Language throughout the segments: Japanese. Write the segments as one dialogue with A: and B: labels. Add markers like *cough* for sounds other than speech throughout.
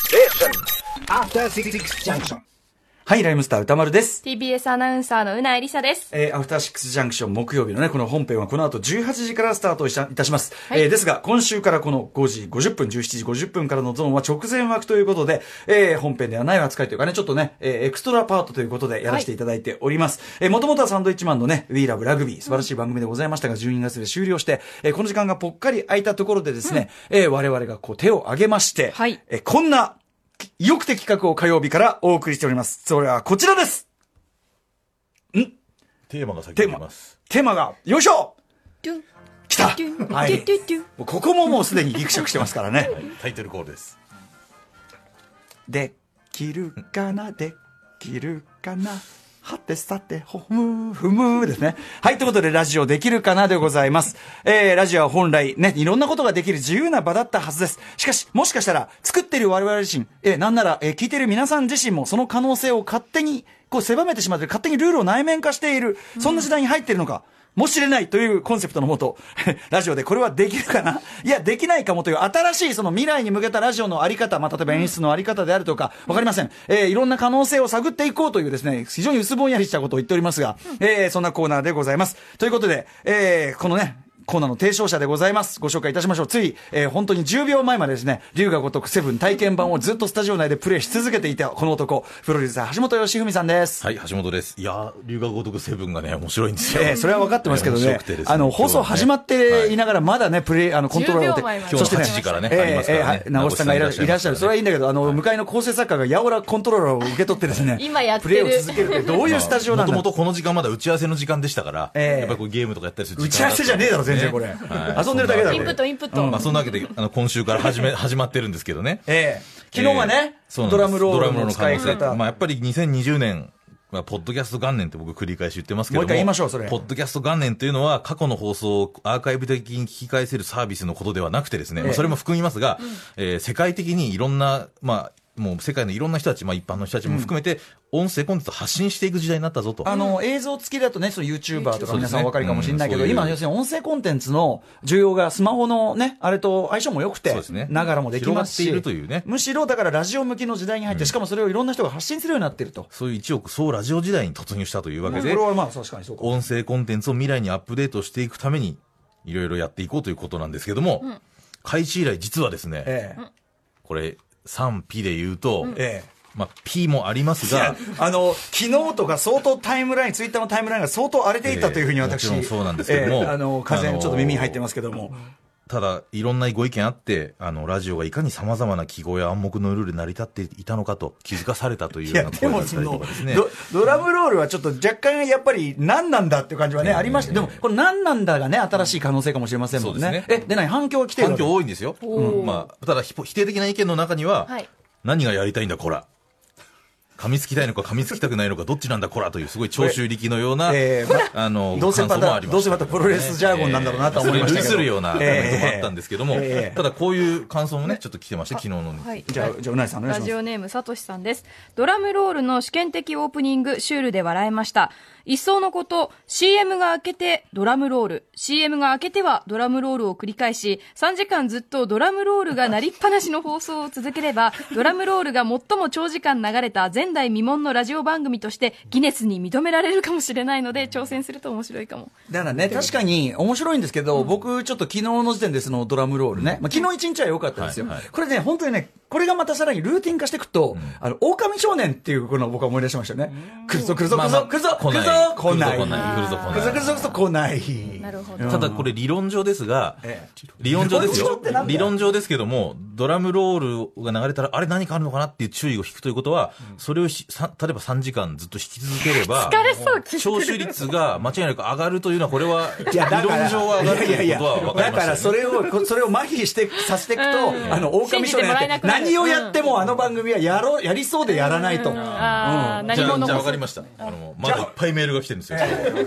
A: junction. After six junction.
B: はい、ライムスター歌丸です。
C: TBS アナウンサーのうなえりさです。
B: えーアフターシックスジャンクション木曜日のね、この本編はこの後18時からスタートいたいたします。えーですが、今週からこの5時50分、17時50分からのゾーンは直前枠ということで、えー本編ではない扱いというかね、ちょっとね、えーエクストラパートということでやらせていただいております。えー、もともとはサンドイッチマンのね、We Love Rugby、素晴らしい番組でございましたが、12月で終了して、えーこの時間がぽっかり空いたところでですね、えー我々がこう手を挙げまして、
C: はい
B: えーこんな、意欲的企画を火曜日からお送りしております。それはこちらです
D: テーマが先
B: テー
D: に言い
B: マ
D: ます。
B: テーマがよいしょ
C: トゥン
B: 来た
C: トゥン
B: はい
C: トゥントゥン
B: もうここももうすでにギクシャクしてますからね
D: はい、タイトルコールです。
B: できるかなできるかなはてさて、ほむ、ふむですね。はい、ということで、ラジオできるかなでございます。えー、ラジオは本来ね、いろんなことができる自由な場だったはずです。しかし、もしかしたら、作ってる我々自身、えー、なんなら、えー聞いてる皆さん自身も、その可能性を勝手に、こう、狭めてしまってる、勝手にルールを内面化している、そんな時代に入っているのか。もしれないというコンセプトのもと、 *laughs* ラジオでこれはできるかないや、できないかもという新しいその未来に向けたラジオのあり方、まあ、例えば演出のあり方であるとか、わかりません。えーいろんな可能性を探っていこうというですね、非常に薄ぼんやりしたことを言っておりますが、えーそんなコーナーでございます。ということで、えーこのね、コーナーの提唱者でございます。ご紹介いたしましょう。つい、えー本当に10秒前までですね、龍が如くセブン体験版をずっとスタジオ内でプレイし続けていたこの男、プロデューサー橋本義文さんです。
D: はい、橋本です。いやー、龍河如くセブンがね、面白いんですよ。
B: えーそれは分かってますけど
D: 面
B: ね
D: 白くてで、すね
B: あの、放送始まっていな
D: は
B: がら、まだね、プレイ、あの、コントローラ
C: 10秒前
B: ー
C: ま
B: で、
C: で
B: そしてね
D: 今日8時からね
B: えー
D: ありますからね
B: えー名越さんがいらっしゃいま
D: 名越
B: すか
D: さんいらっしゃい
B: ら、
D: ますからね
B: それはいいんだけど、あの、向かいの構成作家がやおらコントローラーを受け取ってです
D: *laughs*
B: ね、
C: 今やって
B: プ
C: る
B: レイを続けるって、どういうスタジオ
D: も
B: なん
D: と
B: だ
D: もとこの時間まだ打ち合わせの時間でしたから、
B: ええ
D: やっぱりこうゲームとかやったりする
B: 打
D: 時
B: ち合わ
D: 間だっ
B: せ
D: たん
B: じ
D: で
B: ゃねえだろ、全然これ。
D: はい
B: 遊んでるだけだ、
C: イ
B: こ
C: ンプ
B: れ
C: ッ。トインプット。
D: まあ、そんなわけで、あの、今週から始め、 *laughs* 始まってるんですけどね。
B: えー昨日はね、
D: そう
B: ド
D: な
B: ラ
D: んで
B: ム
D: す
B: ロー
D: ド
B: ル
D: ラム
B: の
D: ロールの
B: 使
D: 可
B: い
D: 能性
B: 方。
D: まあ、やっぱり2020年、まあ、ポッドキャスト元年って僕繰り返し言ってますけど
B: も
D: も。
B: う一回言いましょうそれ
D: ポッドキャスト元年というのは、過去の放送をアーカイブ的に聞き返せるサービスのことではなくてですね、まあそれも含みますが、えー世界的にいろんな、まあ、もう世界のいろんな人たち、まあ一般の人たちも含めて、音声コンテンツを発信していく時代になったぞと。
B: あの、映像付きだとね、その YouTuber とか皆さんお分かりかもしれないけど、
D: そうですねう
B: 今、
D: ん
B: 要するに音声コンテンツの需要がスマホのね、あれと相性も良くて
D: そうです、ね
B: ながらもできますし、
D: 広がっているというね
B: むしろだからラジオ向きの時代に入って、しかもそれをいろんな人が発信するようになってると。
D: そういう1億総ラジオ時代に突入したというわ
B: こ
D: け
B: れ
D: で、
B: はまあ確かにそうか。
D: 音声コンテンツを未来にアップデートしていくために、いろいろやっていこうということなんですけども、開始以来実はですね、
B: ええ。
D: これ、賛否で言うと、
B: ええ。
D: まあ、P もあります
B: いや
D: が、
B: あの昨日とか相当タイムライン、ツイッターのタイムラインが相当荒れていたというふうに私、
D: ええもちろんそうなんですけど
B: え
D: も
B: えあの風にちょっと耳に入ってますけども、
D: ただ、いろんなご意見あって、あの、ラジオがいかに様々な記号や暗黙のルールで成り立っていたのかと気づかされたという
B: い
D: よう
B: や、
D: な
B: で
D: 声だ
B: も
D: った
B: そ
D: りと
B: の
D: かですね。
B: ド、ドラムロールはちょっと若干やっぱり何なんだっていう感じはね、
D: ええ
B: ありました。でも、これ何なんだがね、新しい可能性かもしれませんもん
D: そう
B: ね
D: で。す
B: え、
D: ね
B: でない反響は来てる
D: 反響多いんですよ。
C: おー
D: まあ、ただ、ひ否定的な意見の中には、
C: はい
D: 何がやりたいんだ、こら。噛みつきたいのか噛みつきたくないのかどっちなんだこらというすごい長州力のような、
B: ええま
D: あの
B: どうせまた
D: 感想もありました
B: どうせまたプロレスジャーゴンなんだろうなとは思いましたけど
D: それに類するようなコメントもあったんですけども、
B: ええええ
D: ただこういう感想もねちょっと来てました昨日のに、
C: はい。
B: じゃあ、じゃあ、うなぎさんお願いし
C: ラ
B: ま
C: ジ
B: す。
C: オネームさとしさんです。ドラムロールの試験的オープニング、シュールで笑えました。一層のこと、CM が明けてドラムロール、CM が明けてはドラムロールを繰り返し、3時間ずっとドラムロールが鳴りっぱなしの放送を続ければ、ドラムロールが最も長時間流れた前代未聞のラジオ番組として、ギネスに認められるかもしれないので、挑戦すると面白いかも。
B: だからね、確かに面白いんですけど、僕、ちょっと昨日の時点でそのドラムロールね、まあ、昨日一日は良かったですよ、
D: はいはい
B: これね、本当にね、これがまたさらにルーティン化していくと、あの、狼少年っていうこの僕は思い出しましたよね。来るぞ来るぞ来るぞ来るぞ来るぞ来ない。
D: 来ない来るぞ来
B: 来るぞ来る
D: ない
B: ぞ来るぞ来ない。
C: なるほど。
D: ただこれ理論上ですが、
B: ええ
D: 理論上です
B: 理論上
D: よ
B: ってなんだ
D: 理論上ですけどもドラムロールが流れたらあれ何かあるのかなっていう注意を引くということは、それをしさ例えば3時間ずっと引き続ければ
C: 疲れそう聞いてる
D: 聴取率が間違いなく上がるというのはこれは理
B: いや、だから、
D: 論上は上がると
B: いやい
D: い
B: やい
D: うことは
B: や
D: 分か
B: だ
D: りま
B: か
D: した
B: らそれ
D: ね
B: を、こそれを麻痺して、させていくと、
C: うん
B: あの、狼少
C: 信じてもら
B: 年
C: え
B: っ
C: な
B: て、
C: くなる
B: 何をやってもあの番組はやろう、やりそうでやらないと。
C: ああ、
D: じ
C: 何
D: ゃあ、じ
C: 者
D: ゃあ
C: も
D: 分かりました。あの、まだいっぱいメールが来てるんですよ。
C: なるほど。
D: この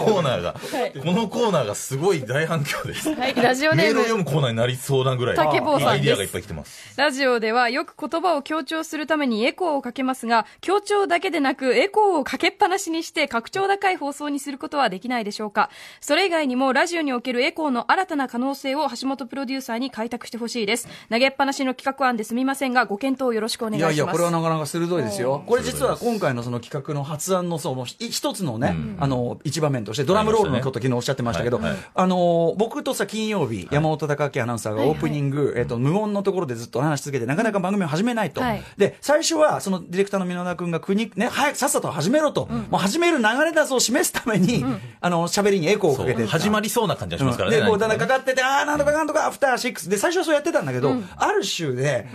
D: コーナーが
C: い、
D: このコーナーがすごい大反響です。
C: はい、ラジオネ
D: メー
C: ー
D: ルを
C: ム。
D: 読むコーナーになりそうなぐらい、
C: 竹坊さんです
D: アイディアがいっぱい来てます。
C: ラジオではよく言葉を強調するためにエコーをかけますが、強調だけでなくエコーをかけっぱなしにして拡張高い放送にすることはできないでしょうか。それ以外にもラジオにおけるエコーの新たな可能性を橋本プロデューサーに開拓してほしいです。投げっぱぱなしの企画案ですみませんが、ご検討よろしくお願い
B: い
C: しま
B: や
C: す。
B: いや、これはなかなか鋭いですよ。これ実は
D: 鋭
B: 今回のその企画の発案のそのい一つのね、あの、一場面として、ドラムロールのこと昨日おっしゃってましたけど、
D: はいはい
B: あの、僕とさ、金曜日、山本隆明アナウンサーがオープニング、えっと、無音のところでずっと話し続けて、なかなか番組を始めないと。
C: はい
B: で、最初は、そのディレクターの箕輪君が国、ね、早くさっさと始めろと、もう始める流れだぞを示すために、あの、喋りにエコーをかけて
D: そう
B: った
D: 始まりそうな感じがしますからね。
B: で、こう、だんだ
D: 何
B: ん
D: か
B: か
D: ね
B: かってて、ああ、なんとかなんとか、アフターシックスで、最初はそうやってたんだけど、ある週で、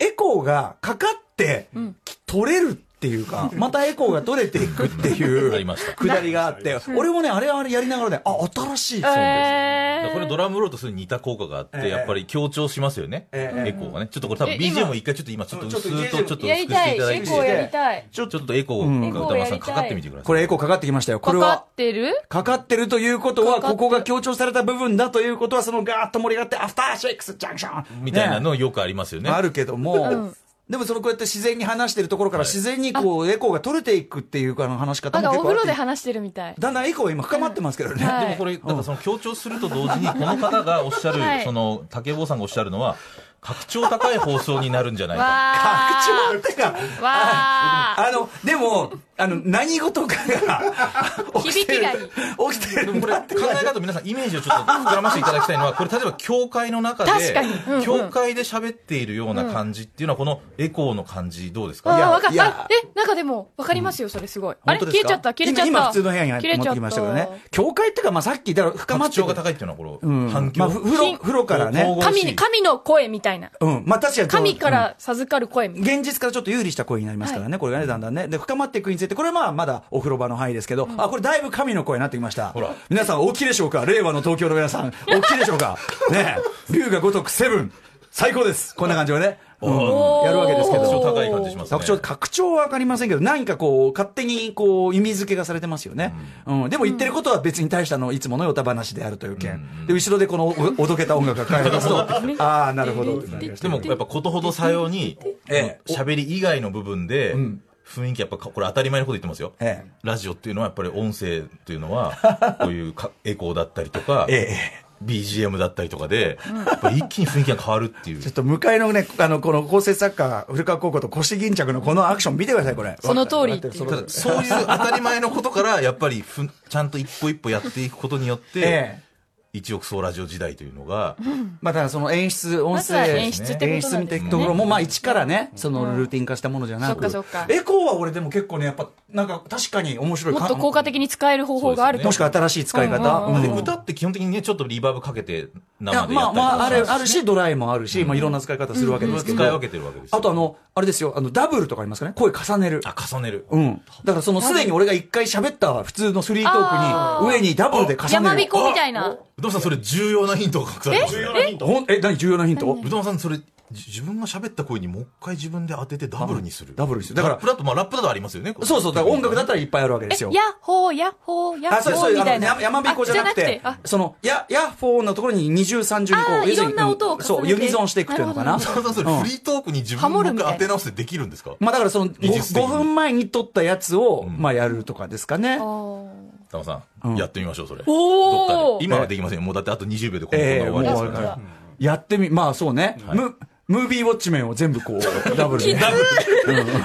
B: エコーがかかって、取れるっていうか、またエコーが取れていくってい
D: *laughs* あ
B: う
D: りました、
B: くだりがあって、俺もね、あれあれやりながらね、あ、新しい。
D: だか
C: え
D: ら
C: ー
D: これドラムロールとする似た効果があって、
B: ええ
D: やっぱり強調しますよね、
B: ええ
D: エコーがね。ちょっとこれ多分
C: え今
D: BGM を一回ちょっと今ちょっと
B: うん
D: う
B: ちょっと
D: すーっとちょっと
C: や
D: 薄
C: り
D: くしたて
C: い、
D: いただ
C: エ
D: いて、
B: 結
D: ち
C: コ
B: 構
D: ょ
C: ーやりたい。
D: っとエコーを歌丸さんかかってみてください。
B: これエコーかかってきましたよ。こ
C: か
B: れ
C: か
B: は。
C: ってる
B: かかってるということは、
C: かかって
B: ここが強調された部分だということは、そのガーッと盛り上がって、アフターシックスジャンクション
D: みたいな
B: ね
D: のよくありますよね。
B: あるけども、
C: うん
B: でもそのこうやって自然に話してるところから
D: はい
B: 自然にこうエコーが取れていくっていうかの話し方
E: なん
B: も
E: か
B: 結
E: お
B: 構あ
E: 風
B: る
E: 呂で話してるみたい。
B: だんだんエコーが今深まってますけど *laughs* ね、
E: はい
D: でもこれ、だからその強調すると同時に、この方がおっしゃる、
E: はい
D: その、竹坊さんがおっしゃるのは、格調高い放送になるんじゃないか。
E: わ
B: 拡張ってか
E: ー。わー。
B: あのでもあの何事かが起きてる
E: *laughs* 響
B: 起きて
D: で
B: る
D: もこれ、考え方皆さんイメージをちょっと膨らませていただきたいのは、これ例えば教会の中
E: 確
D: で
E: かにうんう、ん
D: 教会で喋っているような感じっていうのは、このエコーの感じどうです
E: あ
D: か
B: いや
E: ー、わかっ
B: いや
E: た。え、なんかでも、わかりますよ、それすごい。あ
B: 本
E: れ
B: 当です
E: 消え
B: か
E: ちゃった、消えちゃった。
B: 今今普通の部屋に
E: 切
B: 入
E: れ
B: って
E: ち
B: 戻
E: ゃっ
B: り
E: た
B: ましたけどね教会っていうか、まあ、さっきだから深ま
D: 格
B: って
D: 調
B: る
D: が高いっていうのは、こ
B: う
D: の、
B: ん
D: 反
B: まあ、
D: 響
B: ふ。風呂風呂からね
D: 神
E: 神、神の声みたいな。
B: うんまあ確かにそう
E: 神から授かる声みたいな。
B: 現実からちょっと有利した声になりますからね、これがね、だんだんね。で、深まっていくについて、これはまあ、まだお風呂場の範囲ですけど、あ、これだいぶ神の声になってきました。
D: ほら
B: 皆さん、大きいでしょうか令和の東京の皆さん、大きいでしょうかねえ、龍が如くセブン、最高です。こんな感じをね、うん
E: おー
B: やるわけですけ
D: 格調
B: ど。
D: 高い感じしますね。
B: 拡張、拡張はわかりませんけど、何かこう、勝手にこう、意味付けがされてますよね。うん。でも言ってることは別に大したの、いつものヨタ話であるという件。で、後ろでこのお、おどけた音楽がかかりますと、ああ、なるほど。
D: でもやっぱことほどさように、
B: ええ
D: 喋り以外の部分で、雰囲気やっぱかこれ当たり前のこと言ってますよ、
B: ええ
D: ラジオっていうのはやっぱり音声っていうの
B: *laughs*
D: はこういうかエコーだったりとか、
B: ええ。
D: BGM だったりとかで、やっぱ一気に雰囲気が変わるっていう
B: ちょっと向かいのね、あの、この構成作家、古川高校と腰巾着のこのアクション見てください、これ。
E: その通り
B: わかってるその
D: ただそういう当たり前のことからやっぱりふんちゃんと一歩一歩やっていくことによって、
B: ええ。
D: 一億総ラジオ時代というのが、
B: まあ、だからその演出、音声、
E: まずは演出ってことなんですね
B: 演出みたいなところも、まあ、一からね、そのルーティン化したものじゃなく。
E: うんそっかそっか
B: エコーは俺でも結構ね、やっぱ、なんか確かに面白い
E: もっと効果的に使える方法があると
B: もしくは新しい使い方。
E: うんうん
B: うん
D: で歌って基本的にねちょっとリバーブかけて
B: いや
D: 生で
B: まあ
D: やったりとか
B: まあ、ある、あ
D: る
B: るし、ドライもあるし、まあ、いろんな使い方するわけです
D: 使
B: け
D: い
B: ど
D: 分。けてるわけですよ
B: あと、あの、あれですよ、あの、ダブルとかありますかね声重ねる。
D: あ重ねる、
B: うん。だからそのすでに俺が一回喋った普通のスリートークに、上にダブルで重ねる。
E: やまびこみたいな。
D: うどんさんそれ重要なヒントが隠されてますね
B: ほんえ、何重要なヒント
D: うどんさん、それ、じ自分が喋った声にもう一回自分で当ててダブルにする。
B: ダブルにするだから
D: ラップだと、まあ、ラップだとありますよね。
B: そうそう、だから音楽だ
D: と。
B: ったらいっぱいあるわけです
E: え
B: よ、。
E: ヤッホー、ヤッホー、ヤ
B: あ、
E: ッ
B: そう
E: ホ
B: そう、
E: ーみ
B: あの
E: たいな。
B: や山彦じゃなくて
E: あじゃなくて、
B: その、や、ヤッフォーのところに二重三重にこ
E: あ
B: う、要
E: ー
B: するに
E: いろんな音を
B: う
E: 重ね
B: ん
E: て
B: そう、読み損していくというのかな。
E: なる
D: うどんさん、それ、フリートークに自分
E: ハ
D: も
E: モ
D: う
E: る
D: 一
E: みたい
D: 回
E: な
D: 当て直してできるんですか
B: まあだからその
D: 技術
B: 5,
D: 的に
B: 分前に撮ったやつを、まあやるとかですかね。
D: 田野さ
B: うん
D: ん、やってみましょう、それ。
E: お
D: どっ
E: ー
D: かで今はできませんよ。もうだってあと20秒でこのコー
B: ええ
D: ナー
B: もう
D: 終わりですから。
B: はいやってみ、まあそうね。ムムービーウォッチメンを全部こ
E: *laughs*
B: う、ダブルで。
D: ダブ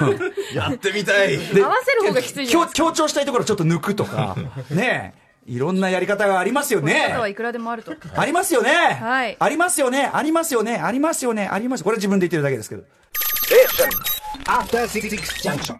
D: ルでやってみたい。
B: で
E: 合わせる方がきついじゃ
B: 強
E: ないで
B: 強調したいところちょっと抜くとか。ねえ。いろんなやり方がありますよね。
C: 方はいくらでもあると。
B: ありますよね、
C: はい
B: ありますよねありますよねありますよねありますこれ自分で言ってるだけですけど
A: After Six Junction.